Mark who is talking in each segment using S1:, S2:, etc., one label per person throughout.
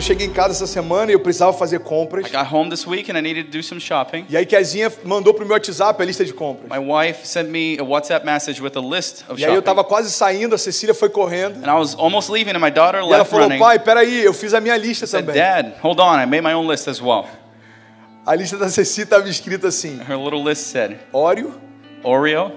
S1: cheguei em casa essa semana e eu precisava fazer compras.
S2: I got home this week and I needed to do some shopping.
S1: E aí Kezinha mandou pro meu WhatsApp a lista de compras.
S2: My wife sent me a WhatsApp message with a list of
S1: E aí eu tava
S2: shopping.
S1: quase saindo, a Cecília foi correndo.
S2: And I was almost leaving and my daughter
S1: E ela
S2: left
S1: falou,
S2: running.
S1: pai, peraí, eu fiz a minha lista
S2: said,
S1: também.
S2: Dad, hold on, I made my own list as well.
S1: A lista da Ceci estava escrita assim,
S2: Her little list said
S1: Oreo,
S2: Oreo,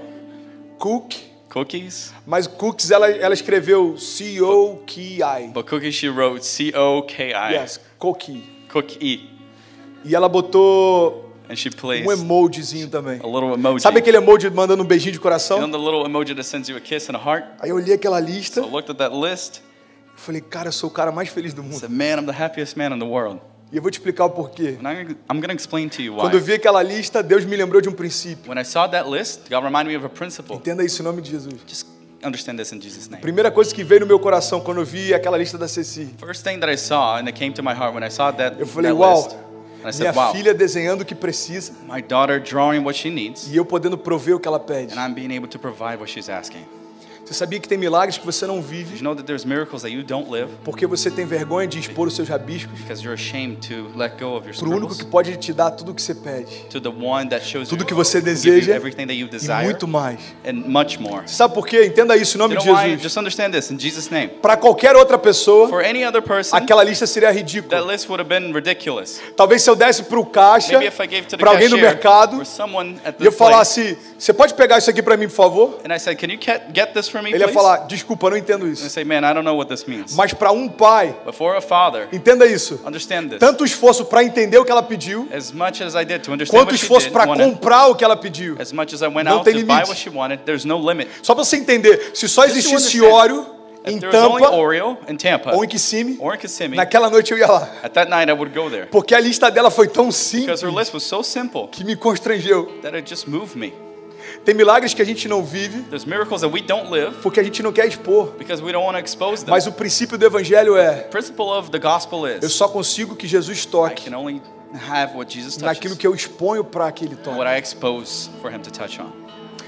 S1: Cook,
S2: cookies,
S1: mas Cooks ela, ela escreveu C-O-K-I.
S2: but cookies she wrote C O K I.
S1: Yes, Cookie.
S2: Cookie.
S1: E ela botou
S2: And she placed
S1: um emojizinho também.
S2: a little emoji.
S1: Sabe aquele emoji mandando um beijinho de
S2: You know
S1: coração?
S2: the little emoji that sends you a kiss and a heart?
S1: Aí eu olhei aquela lista
S2: I looked at that list
S1: e falei, cara, eu sou o cara mais feliz do
S2: and
S1: mundo.
S2: said, Man, I'm the happiest man in the world.
S1: E eu vou te explicar o porquê.
S2: And I'm, I'm going to explain to you
S1: Quando eu
S2: why.
S1: vi aquela lista, Deus me lembrou de um princípio.
S2: When I saw that list, God reminded me of a principle.
S1: Entenda isso em nome de Jesus.
S2: Just understand this in Jesus' name.
S1: Primeira coisa que veio no meu coração quando eu vi aquela lista da Ceci,
S2: First thing that I saw and it came to my heart when I saw that,
S1: eu falei,
S2: that
S1: uau,
S2: list, and I said,
S1: minha
S2: wow,
S1: filha desenhando o que precisa
S2: my daughter drawing what she needs
S1: e eu podendo prover o que ela pede.
S2: and I'm being able to provide what she's asking.
S1: Você sabia que tem milagres que você não
S2: Did
S1: vive
S2: you know that there's miracles that you don't live
S1: porque você tem vergonha de expor os seus rabiscos
S2: because you're ashamed to let go of your
S1: pro único
S2: struggles
S1: que pode te dar tudo o que você pede,
S2: to the one that shows
S1: tudo
S2: you,
S1: que você
S2: who gives you
S1: deseja
S2: everything that you
S1: e
S2: desire
S1: muito mais.
S2: and much more.
S1: Você sabe por quê? Entenda isso em
S2: You
S1: nome
S2: know
S1: de
S2: why?
S1: Jesus.
S2: Just understand this in Jesus' name.
S1: Para qualquer outra pessoa,
S2: For any other person,
S1: aquela lista seria
S2: that
S1: ridícula.
S2: list would have been ridiculous.
S1: Talvez se eu desse pro caixa,
S2: Maybe if I gave to the
S1: para alguém do
S2: cashier
S1: mercado,
S2: or someone at
S1: e eu
S2: the place,
S1: falasse, você pode pegar isso aqui para mim, por favor?
S2: and I said, "Can you get, get this for me,
S1: Ele ia
S2: please?"
S1: falar, desculpa, eu não entendo
S2: And I
S1: isso.
S2: say, "Man, I don't know what this means."
S1: Mas para um pai,
S2: But for a father,
S1: entenda isso.
S2: understand this.
S1: Tanto esforço para entender o que ela pediu,
S2: As much as I did to understand
S1: quanto
S2: what she
S1: esforço
S2: did,
S1: para
S2: wanted,
S1: comprar o que ela pediu.
S2: as much as I went
S1: Não
S2: out
S1: tem
S2: to buy
S1: limite.
S2: what she wanted, there's no limit.
S1: Só para você entender, se só
S2: Just to
S1: existisse
S2: understand,
S1: óleo em
S2: If there was only
S1: Tampa
S2: Oreo in Tampa
S1: ou em Kissimmee,
S2: or in Kissimmee,
S1: naquela noite eu ia lá.
S2: at that night I would go there
S1: Porque a lista dela foi tão
S2: because
S1: simples
S2: her list was so simple
S1: que me constrangeu.
S2: that it just moved me.
S1: Tem milagres que a gente não vive
S2: There's miracles that we don't live
S1: porque a gente não quer expor.
S2: because we don't want to expose them.
S1: Mas o princípio do evangelho é:
S2: The principle of the gospel
S1: eu
S2: is
S1: só consigo que Jesus
S2: I
S1: toque
S2: can only have what Jesus
S1: naquilo
S2: touches,
S1: que eu exponho para que ele toque.
S2: what I expose for him to touch on.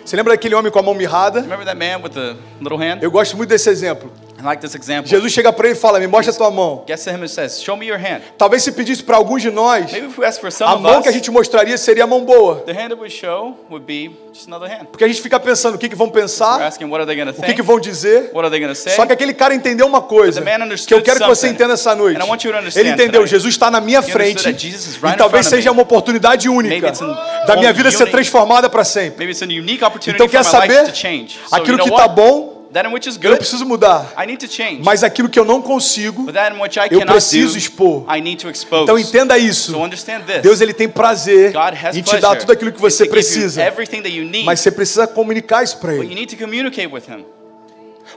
S1: Você lembra daquele homem com a mão mirrada?
S2: Remember that man with the little hand?
S1: Eu gosto muito desse exemplo.
S2: I like this example.
S1: Jesus chega para ele e fala: Me mostra a tua mão.
S2: Gets to him and says, Show me your hand.
S1: Talvez se pedisse para alguns de nós,
S2: Maybe if we ask for
S1: a
S2: some of
S1: mão que a
S2: us,
S1: gente mostraria seria a mão boa.
S2: The hand that we show would be just another hand.
S1: Porque a gente fica pensando o que, que vão
S2: We're
S1: pensar,
S2: asking, what are they going
S1: Ah.
S2: to
S1: o que,
S2: think?
S1: que vão dizer.
S2: What are they going to say?
S1: Só que aquele cara entendeu uma coisa
S2: é- But the man
S1: que eu
S2: understood
S1: quero que você
S2: something.
S1: entenda essa noite.
S2: And I want you to understand
S1: Ele entendeu,
S2: tonight.
S1: Jesus está na minha
S2: He understood
S1: frente
S2: that Jesus is
S1: e
S2: right in
S1: talvez
S2: front of
S1: seja
S2: me.
S1: uma oportunidade única
S2: it's an
S1: da minha
S2: only
S1: vida ser
S2: unique.
S1: transformada para sempre.
S2: Maybe it's a unique opportunity
S1: Então
S2: for
S1: quer
S2: my
S1: saber
S2: life to change. So you
S1: aquilo
S2: know
S1: que está
S2: what?
S1: bom,
S2: That in which is
S1: eu
S2: good,
S1: preciso mudar,
S2: I need to change.
S1: mas aquilo que eu não consigo,
S2: But that in which I
S1: eu
S2: cannot do,
S1: preciso expor.
S2: I need to expose.
S1: Então entenda isso.
S2: So understand this.
S1: Deus ele tem prazer
S2: God has
S1: em te
S2: pleasure
S1: dar tudo aquilo que
S2: in
S1: você
S2: to give you
S1: precisa,
S2: everything that you need,
S1: mas você precisa comunicar isso para
S2: but you
S1: ele.
S2: need to communicate with him.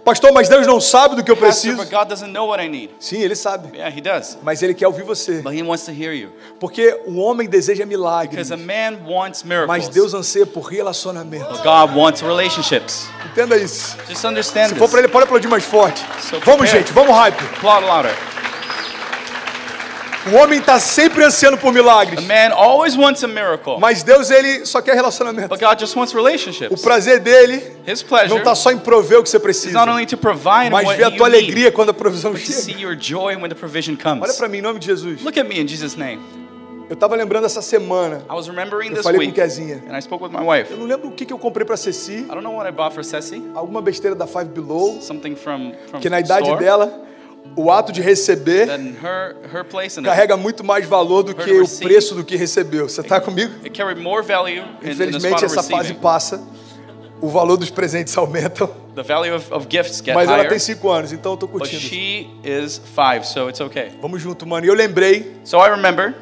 S1: Pastor, mas Deus não sabe do que eu
S2: Pastor,
S1: preciso.
S2: but God doesn't know what I need.
S1: Sim, ele sabe,
S2: Yeah, he does.
S1: mas ele quer ouvir você,
S2: But he wants to hear you.
S1: porque o homem deseja milagres,
S2: Because a man wants
S1: mas
S2: miracles.
S1: Deus anseia por relacionamento.
S2: But God wants relationships.
S1: Entenda isso.
S2: Just understand
S1: Se for para
S2: this.
S1: ele, pode aplaudir mais forte.
S2: So
S1: Vamos,
S2: prepare.
S1: gente, vamos hype.
S2: Applaud louder.
S1: O homem está sempre ansiando por
S2: A
S1: milagres,
S2: man always wants a miracle.
S1: mas Deus ele só quer relacionamento.
S2: But God just wants
S1: O
S2: relationships.
S1: prazer dele
S2: His
S1: não
S2: pleasure
S1: está só em prover o que você
S2: is
S1: precisa,
S2: not only to provide
S1: mas
S2: what
S1: ver a tua
S2: you need,
S1: alegria quando a provisão
S2: but to see
S1: chega.
S2: your joy when the provision
S1: Olha
S2: comes.
S1: para mim em nome de Jesus.
S2: Look at me in Jesus' name.
S1: Eu tava lembrando essa semana.
S2: I was remembering
S1: Eu
S2: this
S1: falei com
S2: week,
S1: Kezinha.
S2: and I spoke with my wife.
S1: Eu não lembro o que, que eu comprei pra Ceci.
S2: I don't know what I bought for Ceci.
S1: Alguma besteira da Five Below.
S2: Something from from
S1: Que na idade
S2: store.
S1: dela, o ato de receber
S2: Then her her place and it,
S1: carrega muito mais valor do que
S2: Her
S1: o
S2: receipt.
S1: preço do que recebeu. Você tá comigo?
S2: it carried more value in, in the spot
S1: Infelizmente,
S2: of
S1: essa fase
S2: receiving.
S1: passa. O valor dos presentes aumentam.
S2: The value of, of gifts get
S1: Mas ela
S2: higher,
S1: tem cinco anos, então eu tô
S2: but
S1: curtindo.
S2: she is five, so it's okay.
S1: Vamos junto, mano. E eu lembrei
S2: So I remember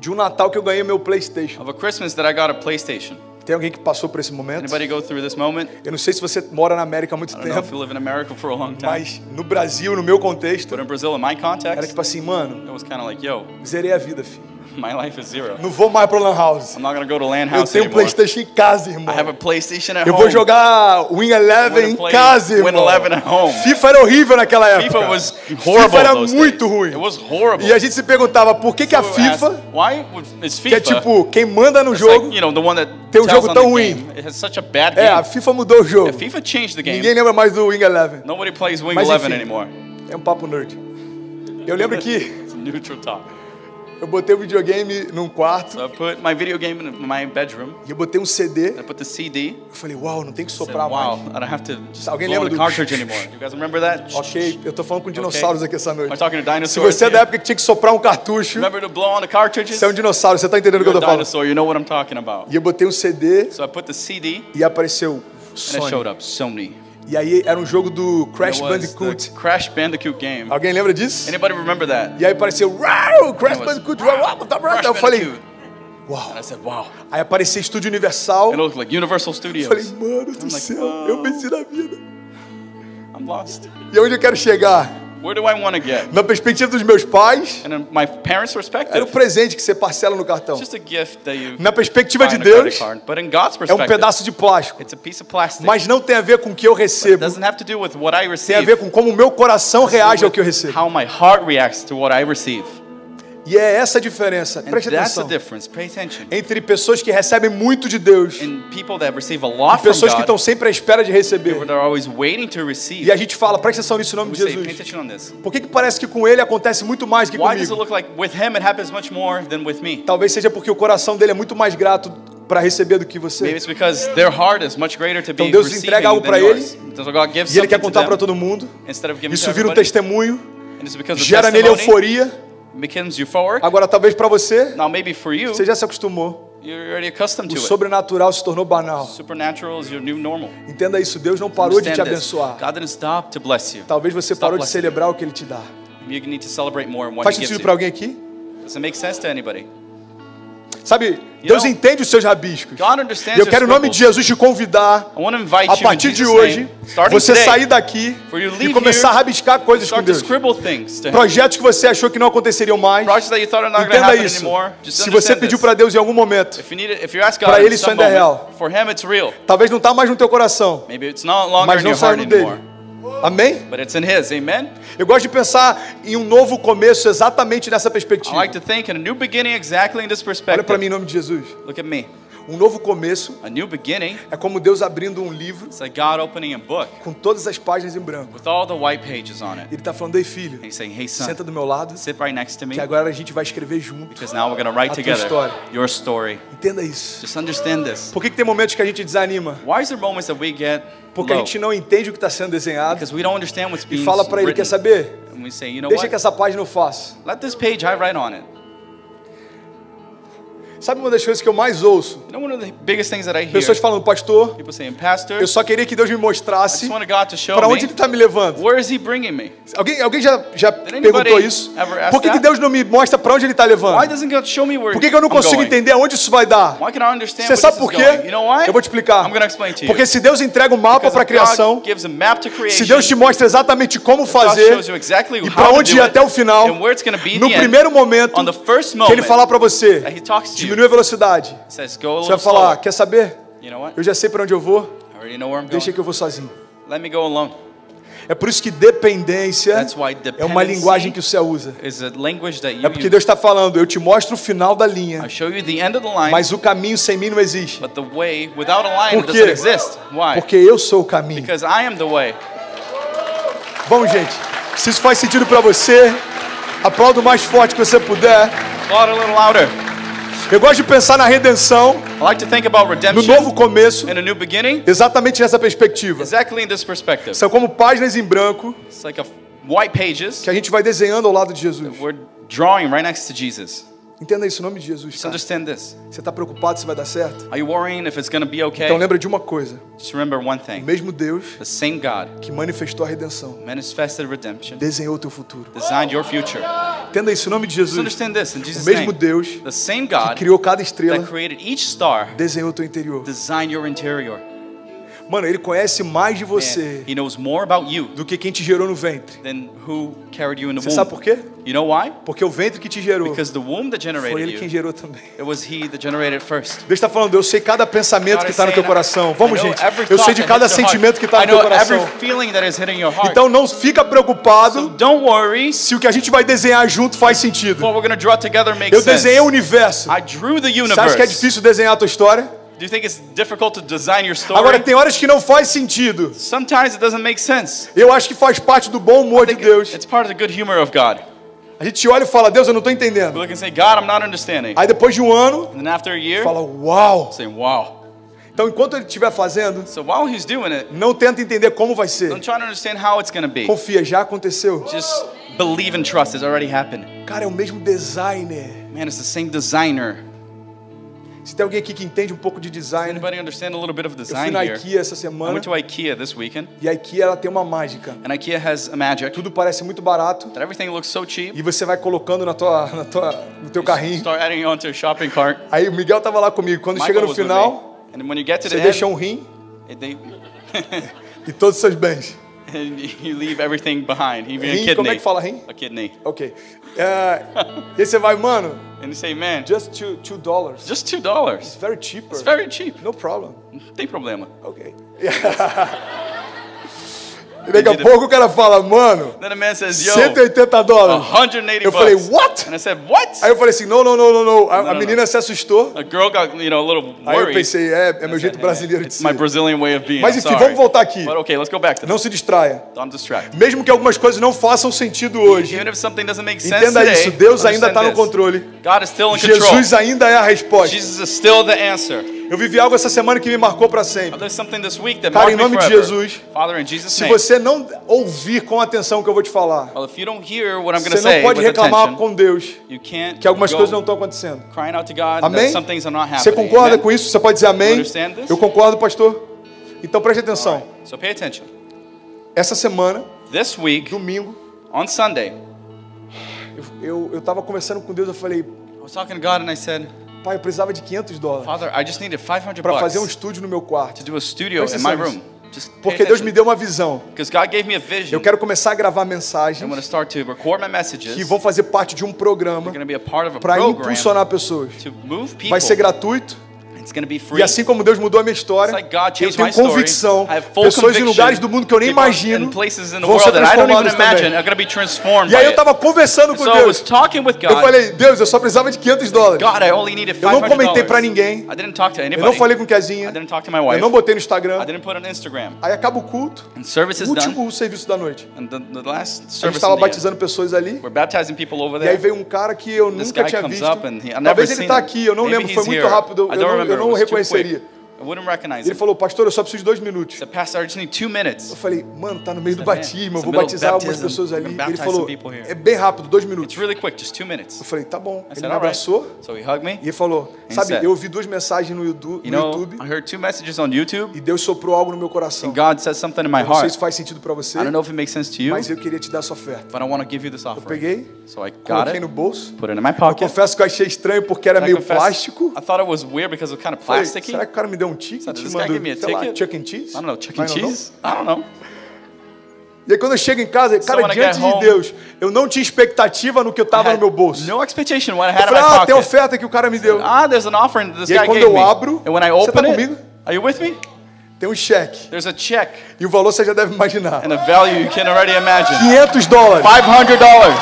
S1: de um Natal que eu ganhei meu PlayStation.
S2: of a Christmas that I got a PlayStation.
S1: Tem alguém que passou por esse momento?
S2: Anybody go through this moment?
S1: Eu não sei se você mora na América há muito
S2: I don't know if
S1: tempo,
S2: you live in America for a long time,
S1: mas no Brasil, no meu contexto,
S2: but in Brazil, in my
S1: era
S2: context,
S1: tipo assim, mano,
S2: it was kind of like, yo,
S1: zerei a vida, filho.
S2: my life is zero.
S1: Não vou mais pra Lan House.
S2: I'm not gonna go to Land
S1: Eu
S2: House
S1: tenho um
S2: anymore.
S1: PlayStation em casa, irmão.
S2: Ah, I have a PlayStation at
S1: Eu
S2: home.
S1: vou jogar Win
S2: I'm gonna
S1: Eleven em
S2: play
S1: casa,
S2: Win
S1: irmão.
S2: 11 at home.
S1: FIFA era horrível naquela época.
S2: FIFA was horrible.
S1: FIFA era
S2: those days.
S1: muito ruim.
S2: It was horrible.
S1: E a gente se perguntava por que, que a
S2: So we asked,
S1: FIFA,
S2: Why would, is FIFA?
S1: que é tipo quem manda no
S2: it's like,
S1: jogo,
S2: you know, the one that
S1: tem um
S2: tells
S1: jogo
S2: on
S1: tão
S2: the
S1: ruim.
S2: game. It has such a bad game.
S1: é, a FIFA mudou o jogo.
S2: Yeah, FIFA changed the game.
S1: Ninguém lembra mais do Wing Eleven.
S2: Nobody plays Wing
S1: Mas
S2: 11
S1: enfim.
S2: anymore.
S1: É um papo nerd. Eu lembro que
S2: It's a neutral top.
S1: Eu botei o videogame num quarto
S2: So I put my video game in my bedroom.
S1: e eu botei um CD.
S2: I put the CD.
S1: Eu falei, uau, não tem que
S2: Said,
S1: soprar
S2: wow,
S1: mais.
S2: I don't have to just
S1: Alguém
S2: blow
S1: lembra
S2: the
S1: do-
S2: cartridge anymore. You guys remember that?
S1: Ok, eu tô falando com dinossauros aqui essa noite.
S2: I'm talking to
S1: Se
S2: dinosaurs.
S1: você é da
S2: here.
S1: época que tinha que soprar um cartucho,
S2: Remember to blow on the cartridges?
S1: você é um dinossauro, você tá entendendo o que
S2: You're
S1: eu
S2: a
S1: tô falando.
S2: dinosaur, you know what I'm talking about.
S1: E eu botei um CD
S2: So I put the CD
S1: e apareceu
S2: and it showed
S1: Sony.
S2: up, Sony.
S1: E aí era um jogo do Crash
S2: It was the
S1: Bandicoot.
S2: Crash Bandicoot game.
S1: Alguém lembra disso?
S2: Anybody remember that?
S1: E aí apareceu "Uau, Crash
S2: It was,
S1: Bandicoot. uau, uau, tá, tá, tá." Eu
S2: Crash
S1: falei,
S2: Bandicoot.
S1: uau.
S2: And I said, wow.
S1: Aí apareceu Estúdio Universal.
S2: It
S1: Eu
S2: looked like Universal Studios.
S1: falei, mano do
S2: like,
S1: céu,
S2: "Uau."
S1: eu venci na vida.
S2: I'm lost.
S1: E é onde eu quero chegar?
S2: Where do I want to get?
S1: Na perspectiva dos meus pais,
S2: And in my parents'
S1: era um
S2: perspective,
S1: presente que você parcela no cartão.
S2: it's just a gift that you
S1: Na perspectiva
S2: buy
S1: de
S2: on a credit
S1: Deus,
S2: card. But in
S1: é
S2: God's
S1: um
S2: perspective,
S1: pedaço de plástico.
S2: it's a piece of plastic.
S1: Mas não tem a ver com o que eu
S2: It
S1: recebo.
S2: doesn't have to do with what I
S1: Tem a
S2: receive.
S1: ver com como o meu coração reage ao que eu
S2: with
S1: recebo.
S2: How my heart reacts to what I receive.
S1: E é essa a diferença.
S2: And
S1: Preste
S2: that's the
S1: atenção.
S2: difference. Pay attention.
S1: Entre pessoas que recebem muito de Deus e
S2: And people that receive a lot from
S1: pessoas que
S2: God,
S1: estão sempre à espera de
S2: where
S1: receber.
S2: they're always waiting to receive.
S1: E a gente fala, preste atenção nisso em nome
S2: we
S1: de
S2: say, pay
S1: Jesus.
S2: attention on this.
S1: Por que, que parece que com ele acontece muito mais que
S2: Why does it
S1: comigo?
S2: look like with him it happens much more than with me?
S1: Talvez seja porque o coração dele é muito mais grato para receber do que
S2: Maybe
S1: você.
S2: it's because their heart is much greater to be
S1: Então Deus
S2: receiving
S1: entrega algo
S2: than
S1: pra ele,
S2: yours. Então God gives
S1: E ele quer
S2: something to
S1: contar para
S2: them
S1: todo mundo.
S2: instead of giving to
S1: Isso vira um
S2: everybody.
S1: testemunho,
S2: And it's because
S1: gera
S2: of
S1: nele
S2: testimony
S1: euforia.
S2: becomes euphoric.
S1: Agora, talvez para você,
S2: Now maybe for you,
S1: você já se acostumou.
S2: you're already accustomed
S1: O
S2: to it.
S1: sobrenatural se tornou banal.
S2: Supernatural is your new normal.
S1: Entenda isso, Deus não parou de te
S2: Understand this.
S1: abençoar.
S2: God didn't stop to bless you.
S1: Talvez você
S2: Stop
S1: parou de
S2: blessing.
S1: celebrar o que ele te dá.
S2: You need to celebrate more in what
S1: Faz
S2: he gives
S1: sentido
S2: you.
S1: para alguém aqui?
S2: Does it make sense to anybody?
S1: Sabe, Deus
S2: know,
S1: entende os seus rabiscos.
S2: God
S1: E
S2: understands
S1: eu
S2: your
S1: quero, em nome de
S2: struggles.
S1: Jesus, te convidar,
S2: I want to invite
S1: a
S2: you in
S1: partir de
S2: Jesus'
S1: hoje,
S2: name, starting
S1: você
S2: today,
S1: sair daqui
S2: for you
S1: e
S2: leave
S1: começar a
S2: here,
S1: rabiscar coisas com
S2: start to
S1: Deus.
S2: scribble things to him.
S1: Projetos que você achou que não aconteceriam mais.
S2: Projects that you thought are not going to
S1: Entenda
S2: happen
S1: isso.
S2: anymore. Just
S1: Se você
S2: understand
S1: pediu
S2: this.
S1: para Deus em algum momento,
S2: If you need it, if you ask God,
S1: Pra
S2: in
S1: ele isso
S2: some
S1: ainda é
S2: moment,
S1: real.
S2: For him it's real.
S1: talvez não tá mais no teu coração,
S2: Maybe it's not longer
S1: mas
S2: in
S1: não
S2: your
S1: saiu
S2: heart
S1: no dele.
S2: anymore.
S1: Amém?
S2: But it's in his. Amen.
S1: Eu gosto de pensar em um novo começo exatamente nessa
S2: I
S1: perspectiva.
S2: like to think in a new beginning exactly in this
S1: Olha para
S2: perspective.
S1: mim em nome de Jesus.
S2: Look at me.
S1: Um novo começo
S2: A new beginning.
S1: é como Deus abrindo um livro
S2: It's like God opening a book
S1: com todas as páginas em branco.
S2: with all the white pages on it.
S1: Ele está falando, ei filho,
S2: And he's saying, "Hey son,
S1: E- senta do meu lado,
S2: sit right next to me
S1: que agora a gente vai escrever junto.
S2: because now we're going to write
S1: A tua
S2: together
S1: história."
S2: your story."
S1: Entenda isso.
S2: Just understand this.
S1: Por que, que tem momentos que a gente desanima?
S2: Why is there moments that we get
S1: Porque a
S2: low?
S1: gente não entende o que está sendo desenhado
S2: Because we don't understand what's
S1: e
S2: being
S1: fala para ele,
S2: written. Então é.
S1: quer saber?
S2: And we say, you know
S1: Deixa que
S2: what?
S1: essa página eu faça.
S2: Let this page I write on it.
S1: Sabe uma das coisas que eu mais ouço?
S2: You know, one of the biggest things that I hear
S1: Pessoas falando, pastor,
S2: people saying, Pastor, I
S1: eu só queria que Deus me mostrasse
S2: just wanted God to show
S1: para
S2: me
S1: onde ele está me levando.
S2: where is He bringing me.
S1: Alguém, alguém já, já
S2: anybody
S1: perguntou isso?
S2: ever ask
S1: Por que, que
S2: that?
S1: Deus não me mostra para onde ele está
S2: Why
S1: levando?
S2: doesn't God show me where?
S1: Ah. Por que, que eu não
S2: I'm
S1: consigo
S2: going?
S1: entender aonde isso vai dar?
S2: Why can I understand
S1: Você
S2: where
S1: sabe
S2: this
S1: por
S2: is
S1: quê?
S2: going? You know why?
S1: Eu vou te explicar.
S2: é? I'm gonna explain to you.
S1: Porque se Deus entrega o mapa
S2: Because
S1: para a
S2: if God
S1: criação,
S2: gives a map to creation,
S1: se Deus te mostra exatamente como fazer
S2: shows you exactly
S1: e
S2: how
S1: para
S2: to
S1: onde
S2: do
S1: ir
S2: it
S1: até o final,
S2: and where it's gonna be in
S1: no
S2: the end,
S1: primeiro momento
S2: on the first
S1: que ele
S2: moment
S1: falar para você,
S2: that He talks to
S1: diminui a
S2: you,
S1: velocidade,
S2: He says, go a
S1: você vai
S2: little
S1: falar, "Ah,
S2: slower.
S1: quer saber?
S2: You know what?
S1: Eu já sei para onde eu vou,
S2: I already know where I'm going.
S1: deixa que eu vou sozinho.
S2: Let me go alone.
S1: É por isso que dependência
S2: That's why
S1: é uma
S2: dependency
S1: linguagem que o céu usa.
S2: Is a language that you
S1: É porque
S2: use.
S1: Deus está falando, eu te mostro o final da
S2: I
S1: linha,
S2: show you the end of the line,
S1: mas o caminho sem mim não existe.
S2: but the way without a line
S1: Por
S2: doesn't
S1: quê?
S2: exist. Why?
S1: Porque eu sou o caminho.
S2: Because I am the way.
S1: Bom, gente, se isso faz sentido pra você, aplauda o mais forte que você puder.
S2: Applaud a little louder.
S1: Eu gosto de pensar na redenção,
S2: I like to think about
S1: no
S2: redemption
S1: novo começo,
S2: and a new beginning
S1: exatamente nessa perspectiva.
S2: exactly in this perspective.
S1: São como páginas em branco
S2: It's like a white pages
S1: que a gente vai desenhando ao lado de Jesus.
S2: we're drawing right next to Jesus.
S1: Entenda isso, em nome de Jesus.
S2: Just
S1: cara.
S2: understand this.
S1: Você tá preocupado se vai dar certo?
S2: Are you worrying if it's going to be okay?
S1: Então lembra de uma coisa:
S2: Just remember one
S1: o
S2: thing.
S1: mesmo Deus
S2: The same God
S1: que manifestou a redenção
S2: manifested redemption,
S1: desenhou o teu futuro.
S2: designed your future. Just
S1: Entenda isso, em nome de Jesus.
S2: understand this in
S1: O
S2: Jesus'
S1: mesmo
S2: name.
S1: Deus
S2: The same
S1: que
S2: God
S1: criou cada
S2: that
S1: estrela
S2: created each star
S1: desenhou o teu interior.
S2: designed your interior.
S1: Mano, ele conhece mais de você
S2: And he knows more about you
S1: do que quem te gerou no ventre.
S2: than who carried you in the
S1: Você sabe por Oh.
S2: womb.
S1: quê?
S2: You know why?
S1: Porque o ventre que te gerou
S2: Because the womb that
S1: foi ele
S2: generated
S1: quem
S2: you,
S1: gerou também.
S2: it was he that generated first.
S1: Deus está falando, eu sei cada pensamento que está no teu coração. Vamos, gente. Eu sei de cada sentimento que está
S2: I
S1: no teu
S2: know
S1: coração.
S2: every feeling that is hitting your heart.
S1: Então não fica
S2: so
S1: preocupado
S2: don't worry.
S1: se o que a gente vai desenhar junto faz sentido.
S2: What we're gonna draw together makes
S1: Eu desenhei o
S2: sense.
S1: universo.
S2: I drew
S1: Você
S2: the
S1: acha
S2: universe.
S1: que é difícil desenhar a tua história?
S2: Do you think it's difficult to design your story?
S1: Agora, tem horas que não faz sentido.
S2: Sometimes it doesn't make sense.
S1: Eu acho que faz parte do bom humor de
S2: Think
S1: Deus.
S2: It's part of the good humor of God.
S1: A A gente olha e fala, Deus, eu não estou
S2: We
S1: entendendo.
S2: look and say, God, I'm not understanding.
S1: Aí depois de um ano,
S2: And then after a year,
S1: fala, uau.
S2: say, wow.
S1: Então enquanto ele estiver fazendo,
S2: So while he's doing it,
S1: não tenta entender como vai
S2: I'm
S1: ser.
S2: trying to understand how it's going to be.
S1: Confia, já aconteceu.
S2: Just believe and trust. It's already happened.
S1: Cara, é o mesmo designer.
S2: Man, it's the same designer.
S1: Se tem alguém aqui que entende um pouco de design,
S2: Anybody understand a little bit of
S1: eu fui
S2: design
S1: na
S2: here?
S1: IKEA essa
S2: I
S1: semana
S2: went to IKEA this weekend,
S1: e a IKEA ela tem uma mágica.
S2: and IKEA has a magic
S1: Tudo parece muito barato
S2: that everything looks so cheap.
S1: e você vai colocando na tua, na tua, no teu carrinho.
S2: Start adding it onto your shopping cart.
S1: Aí o Miguel tava lá comigo. Quando chega
S2: tá- Michael
S1: no
S2: was with
S1: final,
S2: me. And when you get to
S1: você
S2: the
S1: deixa
S2: end,
S1: um rim
S2: it- they,
S1: e todos os seus bens.
S2: and you leave everything behind, even a
S1: Rim, como é
S2: kidney.
S1: que fala rim?
S2: A kidney.
S1: Ok. É, e aí você vai, mano,
S2: And you say, man, just,
S1: just two, two dollars.
S2: two dollars.
S1: It's very cheaper.
S2: It's very cheap.
S1: No problem.
S2: Não tem problema.
S1: Ok. e daqui a
S2: né?
S1: pouco o cara fala, mano,
S2: Then the man says, yo,
S1: 180 dólares.
S2: 180
S1: Eu falei,
S2: bucks.
S1: what?
S2: And I said, what?
S1: Aí eu falei assim, não, não, não, não, não.
S2: Não,
S1: A, a
S2: não,
S1: menina se assustou.
S2: A girl got, you know, a little
S1: Aí eu
S2: worried.
S1: pensei, é, é meu jeito
S2: Hey,
S1: brasileiro de
S2: it's
S1: ser.
S2: my Brazilian way of being.
S1: Mas
S2: I'm
S1: enfim,
S2: sorry.
S1: vamos voltar aqui.
S2: But okay, let's go back to
S1: Não se distraia.
S2: that. I'm distracted.
S1: Mesmo que algumas coisas não façam sentido hoje,
S2: Even if something doesn't make sense
S1: entenda
S2: today,
S1: isso, Deus ainda
S2: é understand
S1: está no
S2: this.
S1: controle.
S2: God is still in control.
S1: Jesus ainda é a resposta.
S2: Jesus is still the answer.
S1: Eu vivi algo essa semana que me marcou para sempre.
S2: There's something this week that
S1: Cara, em
S2: marked me
S1: nome de
S2: forever.
S1: Jesus,
S2: Father, in Jesus'
S1: Se
S2: name.
S1: você não ouvir com atenção o que eu vou te falar,
S2: well, if you don't hear what I'm going to
S1: você
S2: say
S1: não pode
S2: with
S1: reclamar
S2: attention,
S1: com Deus
S2: you can't
S1: que algumas
S2: go
S1: coisas não estão acontecendo.
S2: crying out to God
S1: Amém?
S2: that some things are not
S1: Você
S2: happening.
S1: concorda
S2: Amen?
S1: com isso? Você pode dizer amém?
S2: understand this?
S1: Eu concordo, pastor. Então preste atenção.
S2: So pay attention.
S1: Essa semana,
S2: This week,
S1: domingo,
S2: on Sunday,
S1: eu, eu, eu tava conversando com Deus, eu falei,
S2: I was talking to God and I said,
S1: pai, eu precisava de 500 dólares
S2: Father, I just needed 500
S1: para
S2: bucks
S1: fazer um estúdio no meu
S2: to
S1: quarto.
S2: do a studio
S1: Presta
S2: in my
S1: atenção
S2: room. Just pay
S1: Porque Deus me
S2: attention.
S1: deu uma visão.
S2: Because God gave me a vision.
S1: Eu quero começar a gravar
S2: I'm
S1: mensagens
S2: going to start to record my messages.
S1: que vão fazer parte de um programa
S2: going to be a part of a
S1: para
S2: program
S1: impulsionar pessoas.
S2: to move people.
S1: Vai ser gratuito.
S2: It's going to be free.
S1: E assim como Deus mudou a minha história,
S2: It's like God
S1: eu
S2: changed
S1: tenho
S2: my story.
S1: convicção,
S2: I have full
S1: pessoas em
S2: conviction.
S1: lugares do mundo que eu nem
S2: People
S1: imagino
S2: in places in the
S1: vão ser
S2: world that I don't even
S1: transformados
S2: imagine
S1: também.
S2: are going to be transformed
S1: E aí
S2: by
S1: eu
S2: it.
S1: tava conversando com
S2: So I was
S1: Deus.
S2: talking with
S1: Eu
S2: God.
S1: falei, Deus, eu só precisava de 500 dólares.
S2: God, I only needed
S1: Eu não
S2: 500
S1: comentei pra ninguém.
S2: I didn't talk to
S1: Eu
S2: anybody.
S1: não falei com
S2: I
S1: Kezinha,
S2: didn't talk to my
S1: eu
S2: wife.
S1: não botei no
S2: I
S1: Instagram.
S2: didn't put on Instagram.
S1: Aí acaba o culto,
S2: And service is done.
S1: último serviço da noite.
S2: And the, the last
S1: A gente
S2: service
S1: tava
S2: in the end.
S1: batizando pessoas ali.
S2: We're baptizing people over
S1: E aí
S2: there.
S1: veio um cara que eu
S2: This
S1: nunca
S2: guy
S1: tinha
S2: comes
S1: visto.
S2: up and he, I never
S1: Talvez ele
S2: seen
S1: tá
S2: him.
S1: aqui, eu não
S2: Maybe
S1: lembro, foi
S2: he's
S1: muito
S2: here.
S1: rápido,
S2: I
S1: eu
S2: don't
S1: não, eu
S2: remember. It
S1: não
S2: was too quick.
S1: reconheceria.
S2: I wouldn't recognize
S1: Ele
S2: him.
S1: falou, pastor, eu só preciso de dois minutos.
S2: The pastor, I just need two minutes.
S1: Eu falei, mano, tá no meio do
S2: Man,
S1: batismo, eu
S2: it's
S1: vou
S2: the middle of
S1: batizar algumas
S2: baptism.
S1: pessoas
S2: We're
S1: ali.
S2: gonna
S1: Ele
S2: baptize
S1: falou,
S2: some people here.
S1: é bem rápido, dois minutos.
S2: It's really quick, just two
S1: Eu
S2: minutes.
S1: falei, tá bom.
S2: I
S1: Ele
S2: said,
S1: me
S2: all right.
S1: abraçou
S2: So he hugged me.
S1: e ele falou,
S2: He
S1: sabe,
S2: said,
S1: eu ouvi duas mensagens no Yudu-
S2: You
S1: no
S2: know,
S1: YouTube
S2: I heard two messages on YouTube.
S1: e Deus soprou algo no meu coração.
S2: God said something in my
S1: Não sei
S2: heart.
S1: se faz sentido pra você,
S2: I don't know if it makes sense to you,
S1: mas eu queria te dar essa oferta.
S2: but I want to give you this
S1: Eu
S2: offering.
S1: peguei,
S2: So I got
S1: coloquei
S2: it,
S1: no bolso.
S2: put it in my
S1: Eu
S2: pocket.
S1: confesso que eu achei estranho porque era
S2: I
S1: meio
S2: confess-
S1: plástico.
S2: I thought it was weird because it was kind of
S1: Falei,
S2: plasticky.
S1: será que o cara me deu um ticket?
S2: Ah, Sabe, this guy
S1: Mandou,
S2: gave me a
S1: sei lá,
S2: ticket.
S1: chuck and cheese?
S2: I don't know,
S1: I
S2: chicken
S1: don't know.
S2: cheese? I don't know.
S1: E aí quando eu chego em casa, cara,
S2: when I
S1: diante
S2: get
S1: de
S2: home-
S1: Deus, eu não tinha expectativa no que eu
S2: I
S1: tava no
S2: had
S1: meu bolso.
S2: No expectation what I
S1: Eu
S2: had in my
S1: falei, ah, tem
S2: pocket.
S1: oferta que o cara me deu.
S2: Ah, there's an offering that this
S1: E aí
S2: guy
S1: quando
S2: gave
S1: eu
S2: me.
S1: abro,
S2: and when I
S1: você tá
S2: open it,
S1: comigo?
S2: are you with me?
S1: Tem um cheque.
S2: There's a check
S1: E o valor você já deve imaginar.
S2: and a value you can already imagine.
S1: 500 dólares.
S2: Five hundred dollars.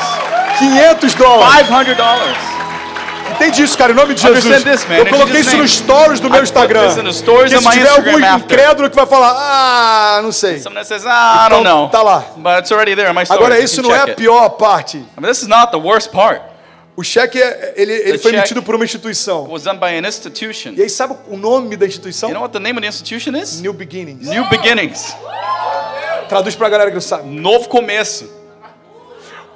S1: 500 dólares.
S2: Five hundred dollars.
S1: Entende isso, cara, em nome de Jesus.
S2: Understand this, é man.
S1: Eu
S2: In
S1: coloquei
S2: Jesus'
S1: isso
S2: name.
S1: nos stories do meu
S2: I put
S1: Instagram.
S2: this in the stories
S1: Porque
S2: on
S1: se
S2: my
S1: tiver algum
S2: Instagram é after.
S1: incrédulo que vai falar, ah, não sei.
S2: Someone says, ah, I don't
S1: Então,
S2: know.
S1: tá lá.
S2: But it's already there in my story.
S1: Agora,
S2: you
S1: isso
S2: can
S1: não é
S2: check
S1: a
S2: it.
S1: pior parte.
S2: I mean, this is not the worst part.
S1: O cheque, é- ele, ele
S2: The
S1: foi
S2: check-
S1: emitido por uma
S2: It
S1: instituição.
S2: was done by an institution.
S1: E aí, sabe o nome da
S2: You know
S1: instituição?
S2: what the name of the institution is?
S1: New Beginnings.
S2: New Beginnings.
S1: Traduz pra galera que não sabe.
S2: Novo começo.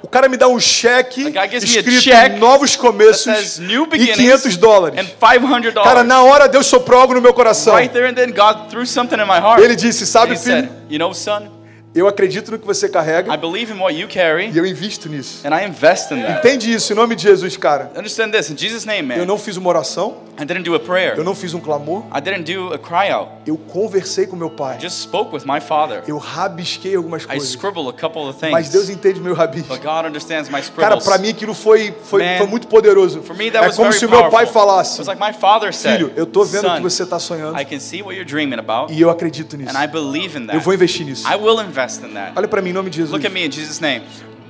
S1: O cara me dá um cheque
S2: guy gives me a
S1: escrito
S2: check
S1: Novos
S2: assim, That says
S1: Começos
S2: New
S1: e
S2: Beginnings
S1: 500
S2: and
S1: dólares.
S2: $500.
S1: Cara, na hora Deus soprou algo no meu coração.
S2: Right there and then, God threw something in my heart.
S1: Ele disse,
S2: And
S1: sabe,
S2: he
S1: filho,
S2: said, you know, son,
S1: eu acredito no que você
S2: I
S1: carrega
S2: believe in what you carry,
S1: e eu invisto nisso.
S2: and I invest in that.
S1: Entende isso, em nome de Jesus, cara.
S2: Understand this, in Jesus' name,
S1: Eu
S2: man.
S1: não fiz uma oração,
S2: I didn't do a prayer.
S1: eu não fiz um clamor,
S2: I didn't do a cry out.
S1: eu conversei com meu pai.
S2: I just spoke with my father.
S1: Eu rabisquei algumas
S2: I
S1: coisas.
S2: scribble a couple of
S1: Mas Deus
S2: things.
S1: entende meu rabisco.
S2: But God understands my
S1: Cara,
S2: scribbles.
S1: pra mim aquilo foi, foi,
S2: Man,
S1: foi muito poderoso.
S2: For me, that
S1: É
S2: was
S1: como
S2: very
S1: se o meu pai
S2: powerful.
S1: falasse:
S2: It's like my father said,
S1: Filho, eu tô vendo o que
S2: "Son,
S1: você tá sonhando
S2: I can see what you're dreaming about,
S1: e eu acredito nisso.
S2: and I believe in
S1: Eu
S2: that.
S1: vou investir nisso.
S2: I will invest in that.
S1: Olha pra mim em nome de Jesus.
S2: Look at me in Jesus' name.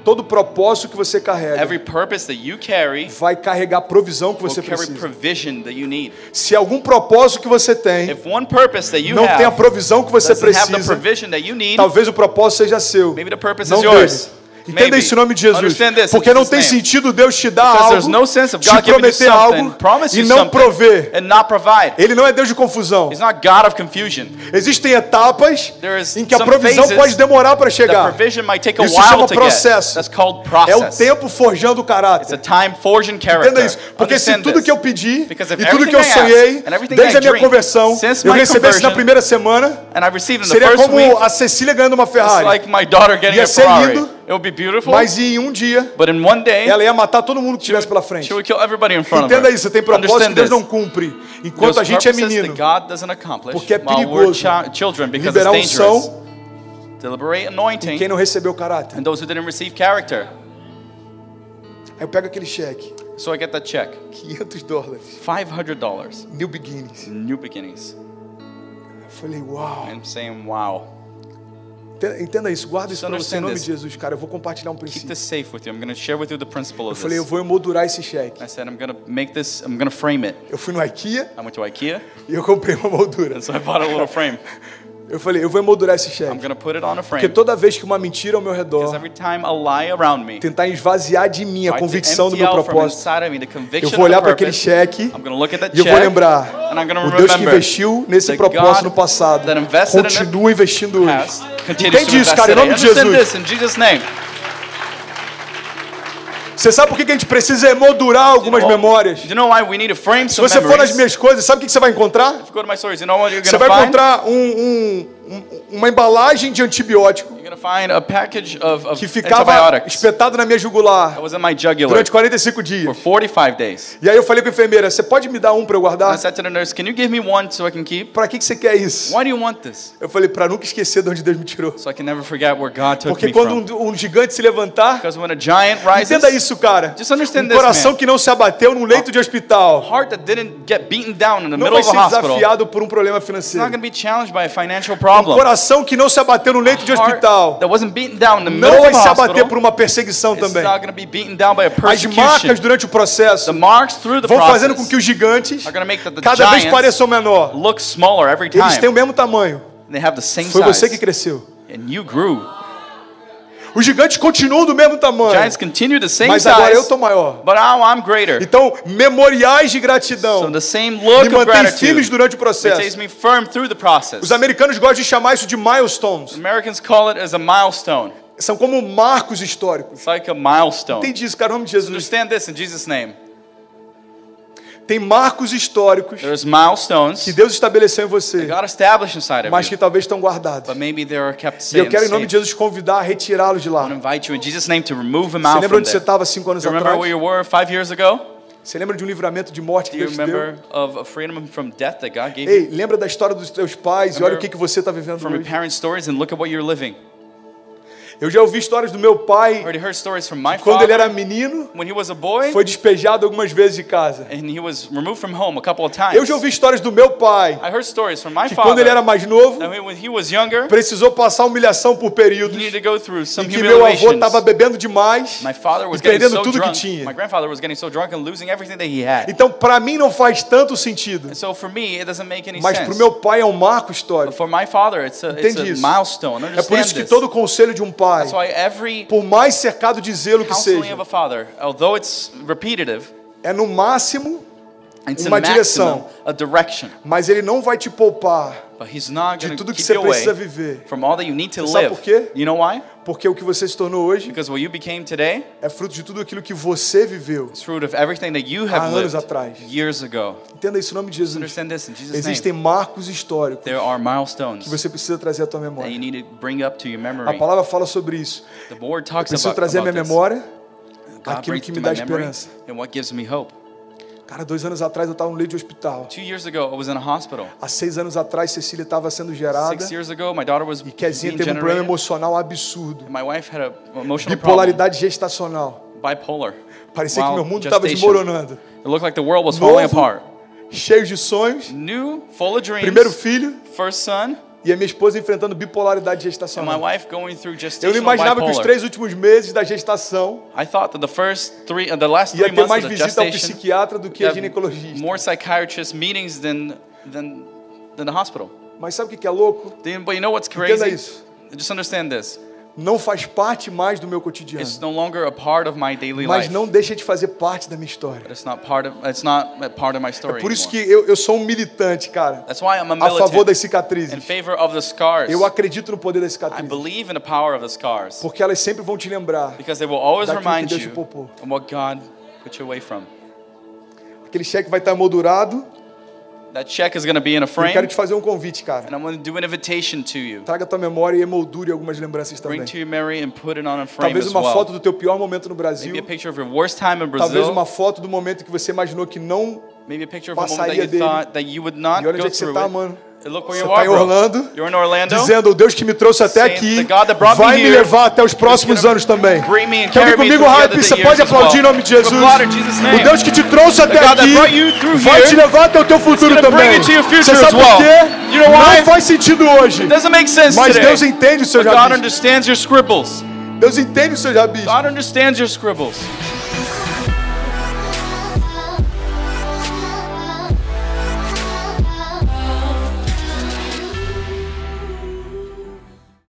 S1: Todo propósito que você carrega
S2: Every purpose that you carry
S1: vai carregar a provisão que
S2: will
S1: você
S2: carry
S1: precisa.
S2: provision that you need.
S1: Se algum propósito que você tem
S2: If one purpose that you
S1: não tem a
S2: have
S1: provisão que você
S2: doesn't have the
S1: precisa,
S2: provision that you need,
S1: talvez o propósito seja seu.
S2: maybe the purpose
S1: Não
S2: is yours.
S1: dele. Entenda
S2: Maybe.
S1: isso em nome de Jesus.
S2: Understand this in
S1: Porque não
S2: Jesus'
S1: tem
S2: name.
S1: sentido Deus te dar
S2: Because there's
S1: algo,
S2: no sense of
S1: te
S2: God giving you
S1: prometer
S2: something,
S1: algo
S2: promise
S1: e
S2: you
S1: não
S2: something,
S1: prover.
S2: and not provide.
S1: Ele não é Deus de confusão.
S2: He's not God of confusion.
S1: Existem etapas
S2: There is
S1: em que a
S2: some
S1: provisão
S2: phases
S1: pode demorar para
S2: That
S1: chegar.
S2: provision might take a
S1: Isso se
S2: while
S1: chama
S2: to
S1: processo.
S2: get. That's called
S1: É o
S2: process.
S1: tempo forjando o
S2: It's
S1: caráter.
S2: a time forging character.
S1: Entenda isso, porque se
S2: Understand
S1: tudo
S2: this.
S1: que eu pedi
S2: Because if
S1: e tudo que eu
S2: everything I ask,
S1: sonhei
S2: and everything
S1: desde
S2: I
S1: a minha
S2: dream,
S1: conversão
S2: since
S1: eu
S2: my
S1: recebesse na
S2: conversion,
S1: primeira semana,
S2: And I received in the
S1: seria
S2: first week.
S1: como a Cecília ganhando uma
S2: It's
S1: Ferrari.
S2: like my daughter getting
S1: Ia
S2: a
S1: ser
S2: Ferrari.
S1: lindo,
S2: it would be beautiful.
S1: Mas em um dia
S2: but in one day,
S1: ela ia matar todo mundo que estivesse pela frente.
S2: she would kill everybody in front of
S1: Entenda
S2: her.
S1: isso, tem propósito que
S2: Understand
S1: Deus não
S2: this.
S1: cumpre enquanto a
S2: There's
S1: gente é
S2: purposes
S1: menino.
S2: That God doesn't accomplish
S1: Porque é
S2: while we're
S1: perigoso
S2: chi- children because
S1: liberar
S2: it's dangerous.
S1: unção
S2: To liberate anointing
S1: Quem não recebeu o caráter.
S2: and those who didn't receive character.
S1: Aí eu pego aquele cheque,
S2: So I get that check.
S1: 500 dólares,
S2: $500.
S1: new beginnings.
S2: New beginnings.
S1: Eu falei, uau.
S2: I'm saying, wow.
S1: Entenda- Entenda isso, guarda isso
S2: Just
S1: pra você em
S2: understand
S1: nome
S2: this.
S1: de Jesus, cara. Eu vou compartilhar um
S2: Keep
S1: princípio.
S2: this safe with you. I'm going to share with you the principle
S1: Eu
S2: of
S1: falei, eu
S2: this.
S1: vou emoldurar esse cheque.
S2: I said, I'm going to make this, I'm going to frame it.
S1: Eu fui no IKEA
S2: I went to Ikea,
S1: e eu comprei uma moldura.
S2: and so I bought a little frame.
S1: Eu falei, eu vou emoldurar esse
S2: I'm
S1: cheque.
S2: going to put it on a
S1: Porque
S2: frame.
S1: toda vez que uma mentira ao meu
S2: Because
S1: redor
S2: every time a lie around me,
S1: tentar esvaziar de mim a
S2: tried to
S1: convicção do
S2: empty
S1: meu
S2: out from
S1: propósito,
S2: inside of me the
S1: eu
S2: conviction
S1: vou
S2: of the
S1: olhar para aquele
S2: purpose,
S1: cheque
S2: I'm going to look at that
S1: e eu vou
S2: check,
S1: lembrar.
S2: and I'm going to
S1: O Deus que
S2: remember
S1: investiu nesse
S2: that
S1: propósito no
S2: God
S1: passado
S2: that invested in it
S1: continua investindo
S2: past
S1: hoje.
S2: continues to
S1: Entende isso,
S2: invest
S1: cara, em
S2: in it.
S1: nome de
S2: Understand
S1: Jesus.
S2: this in Jesus' name.
S1: Você sabe por que que a gente precisa emoldurar algumas
S2: Well,
S1: memórias?
S2: Do you know why we need to frame
S1: Se
S2: some
S1: você for nas
S2: memories?
S1: minhas coisas, sabe o que que você vai encontrar?
S2: Go to my stories. You know what you're
S1: Você
S2: going to
S1: vai
S2: find?
S1: encontrar um- um- um- uma embalagem de antibiótico
S2: You're going to find a package of, of
S1: que ficava
S2: antibiotics.
S1: espetado na minha
S2: That
S1: jugular
S2: was in my jugular
S1: durante 45
S2: for
S1: dias.
S2: 45 days.
S1: E aí eu falei com a enfermeira, você pode me dar um para eu
S2: I
S1: guardar?
S2: said to the nurse, can you give me one so I can keep?
S1: Para que que você quer isso?
S2: Why do you want this?
S1: Eu falei, para nunca esquecer de onde Deus me tirou.
S2: So I can never forget where God took
S1: Porque
S2: me
S1: quando
S2: from.
S1: um, um gigante se levantar,
S2: Because when a giant rises,
S1: entenda isso, cara.
S2: Just understand
S1: Um
S2: this,
S1: coração
S2: man.
S1: que não se abateu num leito de
S2: a
S1: hospital
S2: heart that didn't get beaten down in the
S1: não
S2: middle
S1: vai
S2: of a
S1: ser
S2: hospital, it's
S1: desafiado por um problema
S2: not going
S1: financeiro.
S2: to be challenged by a financial
S1: Um
S2: problem.
S1: coração que não se abateu num leito de
S2: Heart
S1: hospital
S2: that wasn't beaten down in the
S1: não
S2: middle
S1: vai
S2: of a
S1: se abater
S2: hospital,
S1: por uma perseguição
S2: it's
S1: também.
S2: not going to be beaten down by a
S1: As marcas
S2: persecution.
S1: durante o processo
S2: The marks through the
S1: vão fazendo com
S2: process
S1: que os gigantes
S2: are going to make the, the
S1: cada vez
S2: giants
S1: pareçam menor.
S2: look smaller every
S1: Eles
S2: time.
S1: têm o mesmo tamanho.
S2: And they have the same
S1: Foi você que
S2: size.
S1: cresceu.
S2: And you grew.
S1: Os gigantes continuam do mesmo tamanho,
S2: Giants continue the same
S1: mas agora
S2: size,
S1: eu tô maior.
S2: but now I'm greater.
S1: Então, memoriais de
S2: So
S1: gratidão
S2: the same
S1: me
S2: look of
S1: mantém firmes
S2: gratitude
S1: durante o
S2: maintains
S1: processo.
S2: me firm through the process.
S1: Os americanos gostam de chamar isso de milestones.
S2: Americans call it as a milestone.
S1: São como marcos históricos.
S2: It's like a milestone.
S1: Entende isso, cara, em nome de Jesus.
S2: Understand this in Jesus' name.
S1: Tem marcos históricos
S2: There's milestones
S1: que Deus estabeleceu em você,
S2: God established inside of
S1: mas
S2: you,
S1: que talvez estão guardados.
S2: but maybe they are kept
S1: E eu
S2: safe.
S1: quero, em nome de
S2: safe.
S1: Jesus, te convidar a retirá-los de
S2: I
S1: lá.
S2: invite you in Jesus' name to remove them
S1: Você
S2: out
S1: lembra
S2: from
S1: onde você
S2: there.
S1: estava cinco anos
S2: Do you remember where
S1: atrás?
S2: you were five years ago?
S1: Você lembra de um livramento de morte
S2: Do
S1: que
S2: you
S1: Deus te deu?
S2: remember of a freedom from death that God gave you?
S1: Ei, lembra da história dos teus pais e olha o que, que você está vivendo
S2: From your
S1: hoje.
S2: parents' stories and look at what you're living.
S1: Eu já ouvi histórias do meu
S2: I
S1: pai,
S2: already heard stories from my
S1: quando ele
S2: father
S1: era menino,
S2: when he was a boy
S1: foi despejado algumas vezes de casa.
S2: and he was removed from home a couple of times.
S1: Eu já ouvi histórias do meu pai,
S2: I heard stories from my
S1: que quando ele era
S2: father
S1: mais novo,
S2: that when he was younger,
S1: precisou passar humilhação por períodos
S2: he needed
S1: em
S2: to go through some
S1: e que meu avô
S2: humiliations.
S1: estava bebendo demais
S2: My father was
S1: e
S2: getting
S1: perdendo
S2: so
S1: tudo que
S2: drunk.
S1: tinha. E-
S2: My grandfather was getting so drunk and losing everything that he had.
S1: Então, para mim não faz tanto sentido,
S2: And so for me, it doesn't make any
S1: mas para o
S2: sense.
S1: meu pai é um marco
S2: But
S1: histórico.
S2: for my father, it's a, it's
S1: Entende
S2: a
S1: isso?
S2: milestone.
S1: É por
S2: Understand
S1: isso que
S2: this.
S1: todo conselho de um pai,
S2: That's why every
S1: por mais cercado de zelo que
S2: counseling
S1: seja,
S2: of a father, although it's repetitive,
S1: é no máximo,
S2: it's
S1: Uma
S2: a maximum,
S1: direção.
S2: a direction.
S1: mas ele não vai te poupar
S2: But he's not
S1: de
S2: going to
S1: tudo que
S2: keep
S1: você
S2: you
S1: precisa
S2: away
S1: viver.
S2: from all that you need to
S1: Você sabe
S2: live.
S1: por quê?
S2: You know why?
S1: Porque o que você se tornou hoje
S2: Because what you became today
S1: é fruto de tudo aquilo que você viveu.
S2: is fruit of everything that you
S1: Há
S2: have
S1: anos
S2: lived
S1: atrás.
S2: years ago.
S1: Entenda isso em nome de Jesus.
S2: Understand this in Jesus'
S1: Existem
S2: name.
S1: marcos históricos
S2: There are milestones
S1: que você precisa trazer à tua
S2: that you
S1: memória.
S2: need to bring up to your
S1: A
S2: memory.
S1: palavra fala sobre isso.
S2: The board talks
S1: Preciso
S2: about,
S1: trazer à
S2: about
S1: minha
S2: this.
S1: memória
S2: God
S1: aquilo
S2: brings
S1: que me
S2: to my
S1: dá
S2: memory
S1: esperança.
S2: and what gives me hope.
S1: Cara, dois anos atrás eu estava no leito de hospital.
S2: Two years ago, I was in a hospital.
S1: Há seis anos atrás, Cecília estava sendo gerada.
S2: Six years ago, my daughter was
S1: E Kezinha
S2: being
S1: teve um problema
S2: generated.
S1: emocional absurdo.
S2: and My wife had an emotional problem,
S1: Bipolaridade gestacional.
S2: bipolar.
S1: Parecia que
S2: while
S1: meu mundo estava
S2: gestation.
S1: desmoronando.
S2: It looked like the world was falling
S1: Novo.
S2: apart.
S1: Cheio de sonhos.
S2: New, full of dreams.
S1: Primeiro filho
S2: First son,
S1: e a minha esposa enfrentando bipolaridade
S2: and my
S1: gestacional.
S2: wife going through gestational
S1: Eu não imaginava que os
S2: bipolar.
S1: três últimos meses da gestação
S2: I thought that the first three, uh, the last three
S1: ia ter
S2: months
S1: mais
S2: of the
S1: visita ao
S2: gestation,
S1: psiquiatra do que
S2: you
S1: a
S2: have
S1: ginecologista.
S2: more psychiatrist meetings than than than the hospital.
S1: Mas sabe o que que é louco?
S2: Then- But you know what's
S1: Entenda
S2: crazy?
S1: isso.
S2: Just understand this.
S1: não faz parte mais do meu cotidiano,
S2: It's no longer a part of my daily
S1: mas
S2: life.
S1: não deixa de fazer parte da minha história. É
S2: It's not part of it's not a part of my story.
S1: Por isso que
S2: anymore.
S1: eu, eu sou um militante, cara,
S2: That's why I'm a
S1: a
S2: militant
S1: favor das
S2: in
S1: cicatrizes.
S2: favor of the scars.
S1: Eu acredito no poder das
S2: I
S1: cicatrizes,
S2: believe in the power of the scars
S1: porque elas sempre vão te lembrar
S2: because they will always
S1: daquilo que
S2: remind
S1: Deus te
S2: you
S1: poupou.
S2: of what God put you away from.
S1: Aquele cheque vai estar emoldurado.
S2: That check is going to be in a
S1: Eu
S2: frame
S1: quero te fazer um convite, cara.
S2: and I'm going to do an invitation to you.
S1: Traga tua memória e emoldure algumas lembranças
S2: Bring
S1: também.
S2: to your memory and put it on a frame
S1: Talvez
S2: as
S1: uma
S2: well.
S1: foto do teu pior momento no Brasil.
S2: Maybe a picture of your worst time in
S1: Talvez
S2: Brazil.
S1: uma foto do momento que você imaginou que não.
S2: Maybe a picture of a moment that
S1: passaria
S2: you
S1: dele.
S2: thought that you would not
S1: E olha onde
S2: go
S1: é que você
S2: through
S1: tá,
S2: it.
S1: mano.
S2: And Look where
S1: Você
S2: you
S1: tá
S2: are,
S1: em
S2: bro.
S1: Orlando,
S2: You're in Orlando.
S1: Dizendo, o Deus que me trouxe até
S2: Saying,
S1: aqui
S2: Então? "The God that brought me
S1: vai me
S2: here
S1: levar até os próximos anos também.
S2: bring me and
S1: Quer vir
S2: carry me
S1: comigo,
S2: through the
S1: hype?
S2: other
S1: Você
S2: years
S1: pode
S2: as well.
S1: aplaudir em nome de
S2: You
S1: Jesus.
S2: can applaud in Jesus' name.
S1: O Deus que te trouxe até
S2: God that
S1: aqui
S2: brought you through
S1: vai
S2: here
S1: te levar até o teu futuro
S2: is gonna
S1: também.
S2: bring you to your future
S1: Você
S2: as
S1: sabe
S2: well.
S1: por quê?
S2: You know why?
S1: Não faz sentido hoje.
S2: It doesn't make sense
S1: Mas
S2: today.
S1: Deus entende os
S2: but
S1: seus
S2: God
S1: rabiscos.
S2: understands your scribbles.
S1: Deus entende os seus rabiscos.
S2: God understands your scribbles.